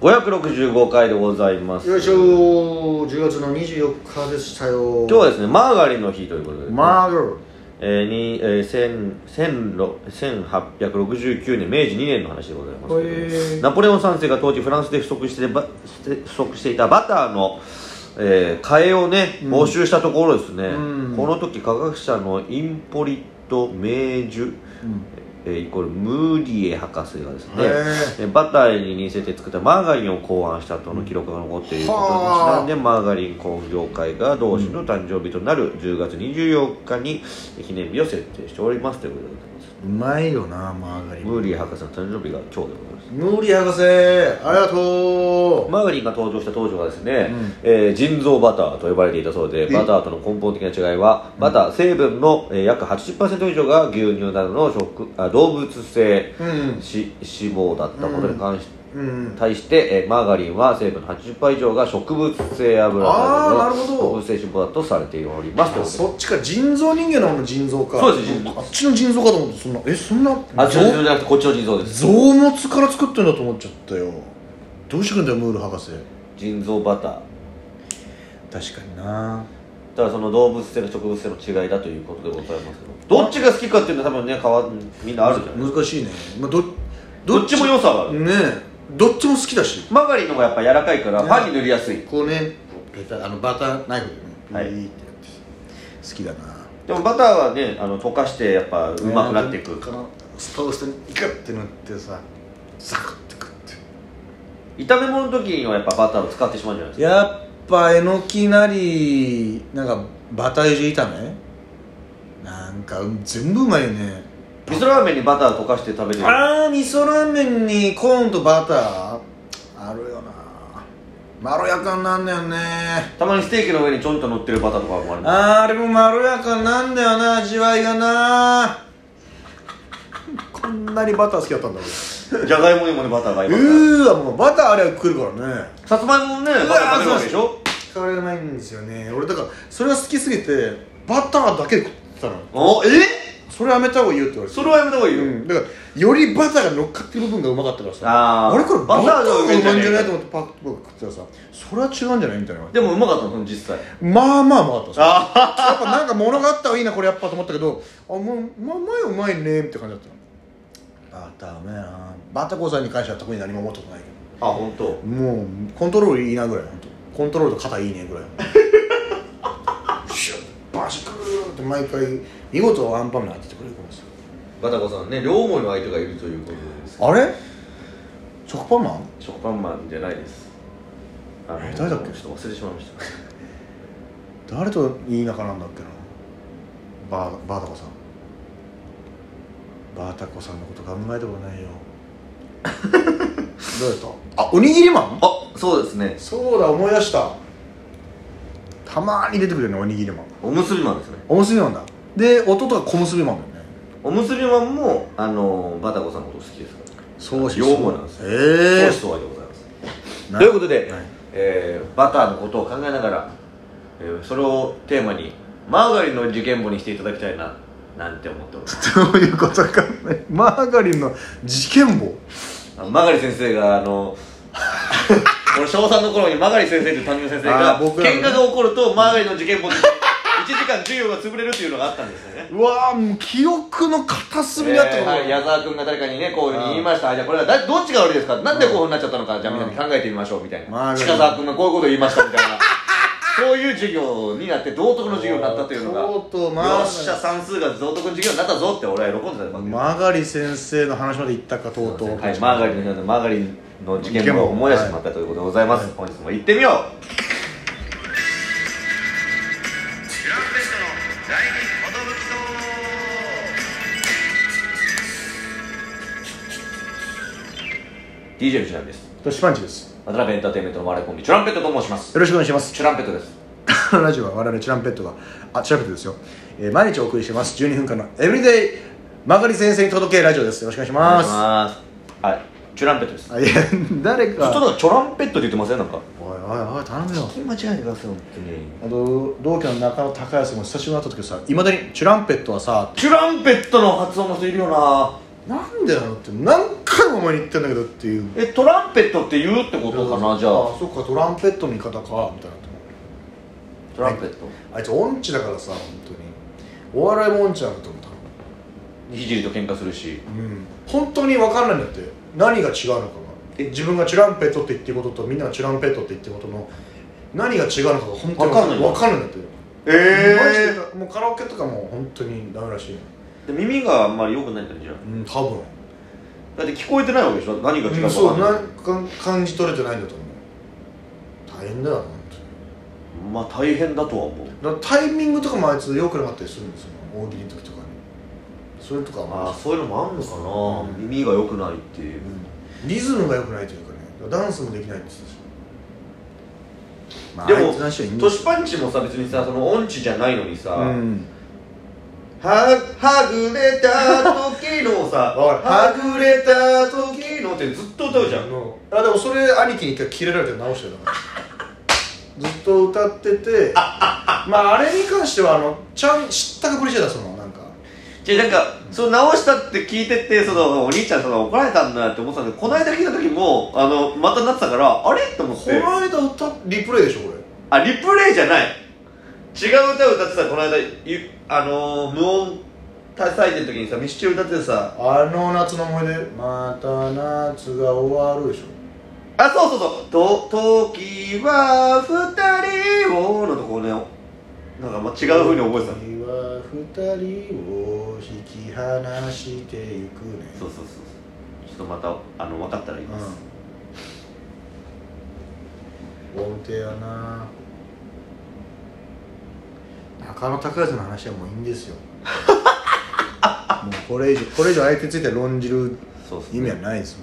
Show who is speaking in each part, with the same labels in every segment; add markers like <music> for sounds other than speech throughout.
Speaker 1: 565回でございます
Speaker 2: よいしょ10月の24日でしたよ
Speaker 1: 今日はですねマーガリンの日ということで、
Speaker 2: マーグ
Speaker 1: えーにえー、千千ろ1869年明治2年の話でございますけど、
Speaker 2: へー
Speaker 1: ナポレオン三世が当時フランスで不足してばして不足していたバターの、えー替えをね募集したところですね、
Speaker 2: うん
Speaker 1: この時科学者のインポリット・メージュ、えーイコールムーディエ博士がですね
Speaker 2: へ
Speaker 1: えーバターに似せて作ったマーガリンを考案したとの記録が残っていることにちなんでマーガリン工業会が同氏の誕生日となる10月24日に記念日を設定しておりますということでございます
Speaker 2: うまいよなマーガリン
Speaker 1: ムーリー博士の誕生日が今日でございます
Speaker 2: ムーリ博士ありがとう
Speaker 1: マーガリンが登場した当初はですね、
Speaker 2: ん
Speaker 1: えー腎臓バターと呼ばれていたそうで
Speaker 2: え
Speaker 1: バターとの根本的な違いはバター成分の、えー約80%以上が牛乳などの食あ動物性
Speaker 2: うん
Speaker 1: し脂肪だったことに関し
Speaker 2: うん
Speaker 1: 対して、えーマーガリンは成分の80%以上が植物性油な
Speaker 2: あ
Speaker 1: ど
Speaker 2: ー
Speaker 1: の
Speaker 2: なるほど
Speaker 1: 植物性脂肪だとされておりますということで
Speaker 2: そっちか人造人間の方の腎臓か
Speaker 1: そうです腎臓
Speaker 2: あっちの腎臓かと思ってそんなえそんな
Speaker 1: あっちの腎臓
Speaker 2: 臓
Speaker 1: じゃなくてこっちの腎臓です
Speaker 2: 臓物から作ってんだと思っちゃったよどうしてくんだよムール博士
Speaker 1: 腎臓バター
Speaker 2: 確かにな
Speaker 1: ただその動物性と植物性の違いだということでございますけどどっちが好きかっていうのは多分ね変わみんなあるじゃない
Speaker 2: 難しいね、まあ、ど
Speaker 1: どっちも良さがある
Speaker 2: ねえどっちも好きだし
Speaker 1: マーガリンの方がやっぱ柔らかいから
Speaker 2: ね
Speaker 1: パンに塗りやすい
Speaker 2: こうねペタあのバターナイフでね
Speaker 1: はい
Speaker 2: ビリってやって好きだな
Speaker 1: でもバターはねあの溶かしてやっぱうまくなっていく
Speaker 2: このストーストにイカって塗ってさサクッて食っ
Speaker 1: 炒め物の時にはやっぱバターを使ってしまうんじゃない
Speaker 2: て
Speaker 1: ですか
Speaker 2: やっぱえのきなりなんかバター炒めなんかうん全部うまいよね
Speaker 1: 味噌ラーメンにバター溶かして食べるより
Speaker 2: あー味噌ラーメンにコーンとバターあるよなまろやかになんだよね
Speaker 1: たまにステーキの上にちょんと乗ってるバターとかもあります
Speaker 2: あーあれもまろやかなんだよな味わいがなこんなにバター好きだったんだ
Speaker 1: じゃがいもにもねバターがありますから
Speaker 2: うーわもうバターあれ食るからね
Speaker 1: さつまいももね
Speaker 2: うわー
Speaker 1: バター食べるわけでしょ
Speaker 2: それがないんですよね俺だからそれが好きすぎてバターだけ食ってたの
Speaker 1: おえ
Speaker 2: それやめた方がいいよって言われて
Speaker 1: それはやめた方がいいよ、
Speaker 2: うん、だからよりバターが乗っかってる部分がうまかったからさ
Speaker 1: あー
Speaker 2: れこれバターがうまいんじゃないと思ってパッと食ってたらさそれは違うんじゃないみたいな
Speaker 1: でもうまかったのその実際
Speaker 2: まあまあうまかったです
Speaker 1: あ
Speaker 2: やっぱなんか物があったらいいなこれやっぱと思ったけどあもうまあ前うまいねって感じだったバターうめえなバタコさんに関しては特に何も思ったことないけ
Speaker 1: あ本当。
Speaker 2: どもうコントロールいいなぐらい本当コントロールと肩いいねぐらいシュッバシクーって毎回見事アンパンマン当ててくれるんですよ
Speaker 1: バタコさんね両思いの相手がいるということです
Speaker 2: あれ食パンマン
Speaker 1: 食パンマンじゃないですあの
Speaker 2: え誰だっけ
Speaker 1: ちょっと忘れてしまいました
Speaker 2: 誰といい仲なんだっけなバーバータコさんバータコさんのこと考えたこ
Speaker 1: <laughs>
Speaker 2: とないよどうやったあおにぎりマン
Speaker 1: あそうですね
Speaker 2: そうだ思い出したたまに出てくるよねおにぎりマン
Speaker 1: おむすびマンですね
Speaker 2: おむすびマンだで弟が小結びマンだよね
Speaker 1: おむすびマンもあのバタコさんのこと好きですから
Speaker 2: そう
Speaker 1: しそうなんですよ
Speaker 2: え
Speaker 1: 相
Speaker 2: え
Speaker 1: 思相愛でございます
Speaker 2: な
Speaker 1: ということで、
Speaker 2: はい
Speaker 1: えーバターのことを考えながら、えーそれをテーマにマーガリンの受験簿にしていただきたいななんて思っております
Speaker 2: どういうことかねマーガリンの事件簿
Speaker 1: あのマーガリン先生があの <laughs> 俺小3の頃にマーガリン先生という担任の先生が
Speaker 2: あー僕らの
Speaker 1: 喧嘩が起こるとマーガリンの受験簿で1時間授業が潰れるというのがあったんですよね
Speaker 2: うわーもう記憶の片隅だった
Speaker 1: え
Speaker 2: こ
Speaker 1: ー
Speaker 2: と
Speaker 1: はい、矢沢君が誰かにねこういうふうに言いましたあじゃあこれはだどっちが悪いですかなんでこういうふうになっちゃったのかじゃあみんなで考えてみましょうみたい
Speaker 2: マーガ
Speaker 1: な
Speaker 2: リン
Speaker 1: 近沢君がこういうことを言いましたみたいなそういう授業になって道徳の授業になったというのが
Speaker 2: とうとうマーガリン
Speaker 1: よっしゃ算数が道徳の授業になったぞって俺は喜んでたわけです
Speaker 2: マーガリ先生の話まで行ったかとうとう、
Speaker 1: はい、マーガリンのようなマーガリンの事件も思い出してしまったということでございます、
Speaker 2: はい
Speaker 1: 本日も行ってみようチュランペットの第一 DJ 藤波です
Speaker 2: とシパンチです
Speaker 1: 渡辺エンターテインメントのお笑いコンビチュランペットと申します
Speaker 2: よろしくお願いします <laughs>
Speaker 1: チュランペットです
Speaker 2: このラジオは我々チュランペットがあチュランペットですよ、えー毎日お送りしてます12分間のエブリデイマーガリ先生に届けラジオですよろしくお願いし
Speaker 1: お願い
Speaker 2: ま
Speaker 1: し
Speaker 2: す
Speaker 1: ますはいチュランペットですちょ
Speaker 2: あいや <laughs> 誰
Speaker 1: っと
Speaker 2: か
Speaker 1: なんかチョランペットって言ってませんなんか
Speaker 2: おいおいおい頼むよ
Speaker 1: 間違えてください本当に
Speaker 2: あと同期の中野隆康も久しぶりに会った時さいまだにチュランペットはさ
Speaker 1: チュランペットの発音の人いるよな
Speaker 2: なんでだろうって何回も前に言ったんだけどっていう
Speaker 1: えトランペットって言うってことかなじゃあ
Speaker 2: そっかトランペットの味方かみたいな
Speaker 1: トランペット
Speaker 2: あいつ音痴だからさ本当にお笑いも音痴なんだと思ったの
Speaker 1: ひじりと喧嘩するし
Speaker 2: うん本当に分かんないんだって何が違うのかが自分がチュランペットって言ってることとみんながチュランペットって言ってることの何が違うのかが本当に
Speaker 1: 分
Speaker 2: 分かんないんだって
Speaker 1: え
Speaker 2: マジでもうカラオケとかも本当にダメらしいよ
Speaker 1: で耳があんまり良くないんだねじゃあ
Speaker 2: うん多分
Speaker 1: だって聞こえてないわけでしょ何が違うか
Speaker 2: うん
Speaker 1: 分
Speaker 2: そ
Speaker 1: か
Speaker 2: うん
Speaker 1: ない、
Speaker 2: なんか感じ取れてないんだと思う大変だよな本当に
Speaker 1: まあ大変だとは思う
Speaker 2: だからタイミングとかもあいつ良くなかったりするんですよ大喜利の時とかにそれとか
Speaker 1: ああ
Speaker 2: は
Speaker 1: そういうのもあんのかな、
Speaker 2: うん
Speaker 1: 耳が良くないっていうう、
Speaker 2: んリズムが良くないというかねダンスもできないんですよ、まあ、
Speaker 1: でも
Speaker 2: あいつの話はいいん
Speaker 1: ト
Speaker 2: です
Speaker 1: シパンチもさ別にさその音痴じゃないのにさ、
Speaker 2: うん
Speaker 1: ははぐれた時の <laughs> さ
Speaker 2: わか
Speaker 1: はぐれた時のってずっと歌うじゃん、
Speaker 2: あでもそれ兄貴に一回キレられて直してたからずっと歌っててまああれに関してはあのちゃん知ったかぶりしてたそのなんか
Speaker 1: じゃあなんかその直したって聞いててそのお兄ちゃんその怒られたんだなって思ってたんだけどこの間聞いた時もあのまたなってたからあれって思っ
Speaker 2: こ
Speaker 1: て
Speaker 2: の間歌っリプレイでしょこれ
Speaker 1: あリプレイじゃない違う歌歌ってたこの間ゆあのー無音大いてる時にさミスチル歌っててさ
Speaker 2: あの夏の思い出また夏が終わるでしょ
Speaker 1: あそうそうそう「と時は二人を」のとこねなんかま違うふうに覚えてたの
Speaker 2: 君は二人を引き離してゆくね
Speaker 1: そうそうそうそうちょっとまたあの分かったら言います、
Speaker 2: うん音程やな中野高康の話はもういいんですよ <laughs> もうこれ以上これ以上相手について論じる
Speaker 1: そうっす
Speaker 2: 意味は
Speaker 1: ね
Speaker 2: ないです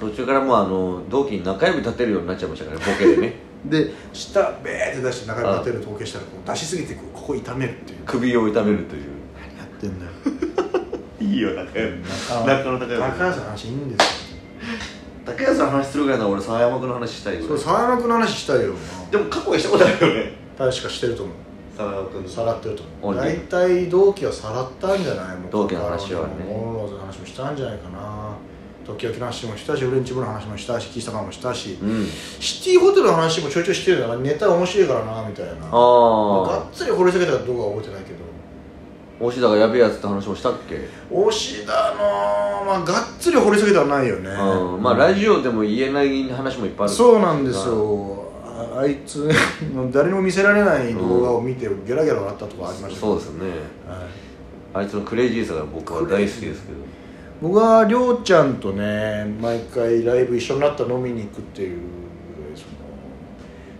Speaker 2: 本
Speaker 1: 途中からもうあの同期に中指立てるようになっちゃいましたからねボケでね
Speaker 2: 当にで下ベーって出して中に立てる統計したらこう出しすぎてこうここ痛めるっていう
Speaker 1: 首を痛めるという
Speaker 2: 何やってんだよ
Speaker 1: いいよ中指
Speaker 2: 中
Speaker 1: 中野高
Speaker 2: 野
Speaker 1: 康
Speaker 2: 高康の話いいんですよ
Speaker 1: 竹谷さんの話するぐらいなら俺沢山君の話したい
Speaker 2: そ
Speaker 1: よ
Speaker 2: れ沢山君の話したいよな
Speaker 1: でも過去にしたことあるよね
Speaker 2: 確かしてると思う
Speaker 1: 沢山君
Speaker 2: さらってると思う
Speaker 1: オン
Speaker 2: 大
Speaker 1: リー
Speaker 2: 体同期はさらったんじゃないもう
Speaker 1: 同期の話はね
Speaker 2: モンローズの話もしたんじゃないかな時々の話もしたしフレンチブルの話もしたし岸坂もしたし
Speaker 1: うん
Speaker 2: シティホテルの話もちょいちょいしてるからネタ面白いからなみたいなまあが
Speaker 1: ああ
Speaker 2: っつり掘り下げたかどうかは覚えてないけど
Speaker 1: 押田がやべえやつって話もしたっけ、
Speaker 2: 押田のまあがっつり掘り下げたはないよね
Speaker 1: うんまあラジオでも言えない話もいっぱいある
Speaker 2: そうなんですよああいつ <laughs> の誰にも見せられない動画を見てゲラゲラ笑ったとかありましたけど
Speaker 1: そうですよね
Speaker 2: は
Speaker 1: あ
Speaker 2: い
Speaker 1: いつのクレイジーさが僕は大好きですけど
Speaker 2: 僕はりょうちゃんとね毎回ライブ一緒になったら飲みに行くっていうその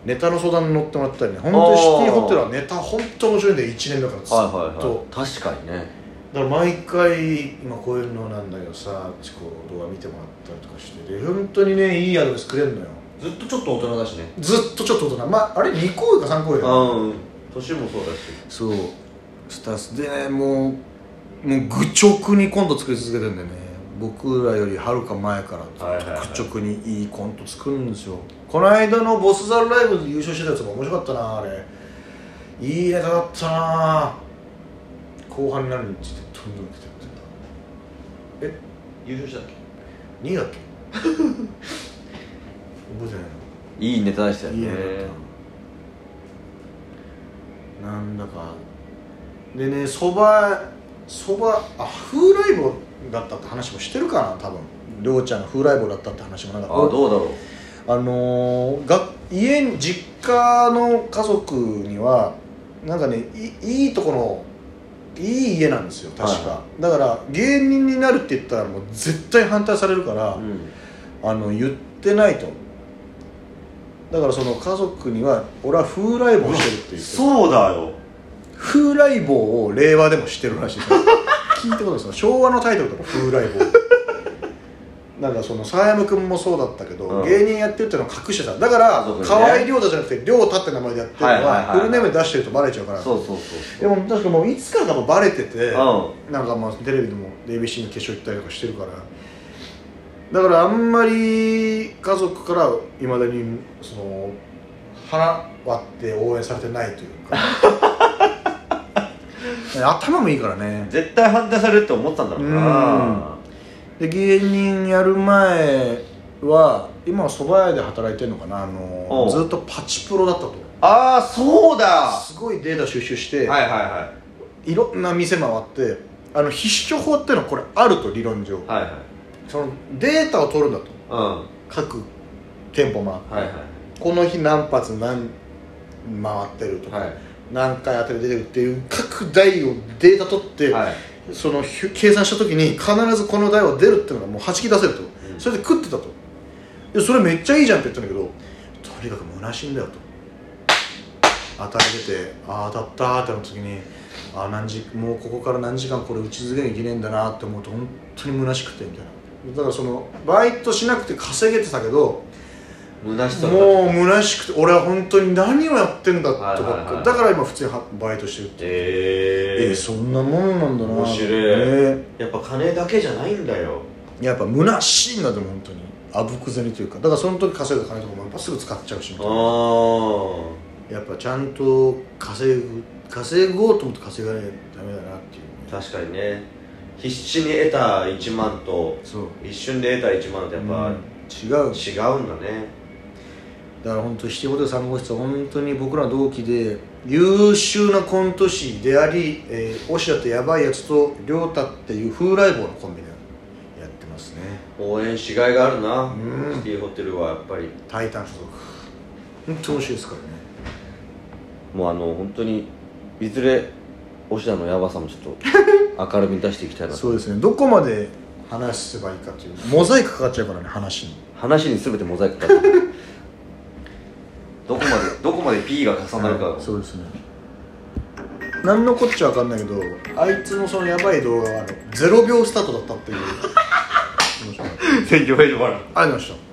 Speaker 2: ネタの相談に乗ってもらったりね本当にシティホテルはネタ本当面白いんで1年だからずっと、
Speaker 1: はいはいはい確かにね
Speaker 2: だから毎回今こういうのなんだけどさちこう動画見てもらったりとかしてで本当にねいいアドバイスくれるのよ
Speaker 1: ずっとちょっと大人だしね
Speaker 2: ずっとちょっと大人まああれ2個か3個だよ
Speaker 1: うん年もそうだし
Speaker 2: そうスタンスでねもうもう愚直にコント作り続けてるんでね僕らよりはるか前からずっと
Speaker 1: はいはいはい
Speaker 2: 愚直にいいコント作るんですよこの間のボスザルライブで優勝してたやつも面白かったなあれいいネタだったな後半になるにつれてどんどん来てるえ
Speaker 1: 優勝したっ
Speaker 2: 2位だっけ <laughs> 覚えてないの
Speaker 1: けいいネタでしたよ
Speaker 2: いい
Speaker 1: ね
Speaker 2: ねなんだかでねそばそばあ風来坊だったって話もしてるかな多分りょうちゃんが風来坊だったって話もなんか
Speaker 1: あどうだろう
Speaker 2: あのーが家に実家の家族にはなんかねいいいとこのいい家なんですよ確か、
Speaker 1: は
Speaker 2: だから芸人になるって言ったらもう絶対反対されるから、
Speaker 1: うん
Speaker 2: あの言ってないとだからその家族には俺は風来坊してるって言ってる
Speaker 1: そうだよ
Speaker 2: 風来坊を令和でもしてるらしいです聞いたことないですか昭和のタイトルとか風来坊なんかその佐山君もそうだったけど、
Speaker 1: うん
Speaker 2: 芸人やってるっていうのを隠してただから
Speaker 1: そうですね
Speaker 2: 河合亮太じゃなくて亮太って名前でやってるのは,、
Speaker 1: はいはいはい
Speaker 2: フルネームで出してるとバレちゃうから
Speaker 1: そうそうそう
Speaker 2: でも確かもういつからかもうバレてて、
Speaker 1: うん
Speaker 2: なんかまあテレビでも ABC の決勝行ったりとかしてるからだからあんまり家族からいまだにその腹割って応援されてないというか <laughs> 頭もいいからね
Speaker 1: 絶対反対されるって思ってたんだろうな
Speaker 2: で芸人やる前は今は蕎麦屋で働いてるのかなあ
Speaker 1: お
Speaker 2: の
Speaker 1: う
Speaker 2: ずっとパチプロだったと
Speaker 1: ああそうだは
Speaker 2: すごいデータ収集して、、
Speaker 1: いはいはい
Speaker 2: ろんな店回ってあの必勝法っていうのはこれあると理論上
Speaker 1: いはいはい
Speaker 2: そのデータを取るんだと
Speaker 1: うんは
Speaker 2: 各店舗回って
Speaker 1: いはい
Speaker 2: この日何発何回ってるとか、
Speaker 1: はい
Speaker 2: 何回当てて出てるっていう各台をデータ取って、
Speaker 1: はい
Speaker 2: そのひ計算した時に必ずこの台は出るっていうのがもう弾き出せる
Speaker 1: ん
Speaker 2: と、それで食ってたとでそれめっちゃいいじゃんって言ったんだけどとにかく虚しいんだよと当たり出てああ当たったーってなった時にああ何時もうここから何時間これ打ち続けなきゃいけねえんだなって思うと本当に虚しくてみたいなだからそのバイトしなくて稼げてたけど
Speaker 1: 虚しさだ
Speaker 2: もう虚しくて俺は本当に何をやってんだとかって、
Speaker 1: はいはいはい
Speaker 2: だから今普通にはバイトしてるってえ
Speaker 1: え
Speaker 2: ーそんなもんなんだな
Speaker 1: 面白い
Speaker 2: ね
Speaker 1: えやっぱ金だけじゃないんだよ
Speaker 2: やっぱ虚しいんだでも本当にあぶく銭というかだからその時稼いだ金とかもやっぱすぐ使っちゃうしみ
Speaker 1: あ
Speaker 2: たいな
Speaker 1: あ
Speaker 2: やっぱちゃんと稼ぐ稼ごうと思って稼がないとダメだなっていう
Speaker 1: 確かにね必死に得た1万と
Speaker 2: そう
Speaker 1: 一瞬で得た1万ってやっぱ
Speaker 2: うん違うし
Speaker 1: 違うんだね
Speaker 2: だから本当七五で三号室は本当に僕ら同期で優秀なコント師であり、えー、オシャってやばいやつと亮太っていう風来坊のコンビでやってますね
Speaker 1: 応援しがいがあるな
Speaker 2: うん
Speaker 1: シティホテルはやっぱり
Speaker 2: タイタン所属本当に面白いですからね
Speaker 1: もうあの本当にいずれオシダのヤバさもちょっと明るみに出していきたいなと
Speaker 2: そうですねどこまで話せばいいかというモザイクかかっちゃうからね話に
Speaker 1: 話に全てモザイクかか
Speaker 2: <laughs>
Speaker 1: ってるどこまでどこまで P が重なるか、
Speaker 2: そうですね何のこっちゃ分かんないけどあいつのそのやばい動画はあの0秒スタートだったってい
Speaker 1: <laughs>
Speaker 2: う面白かった
Speaker 1: 選挙フェイジバラ
Speaker 2: ありがとうございました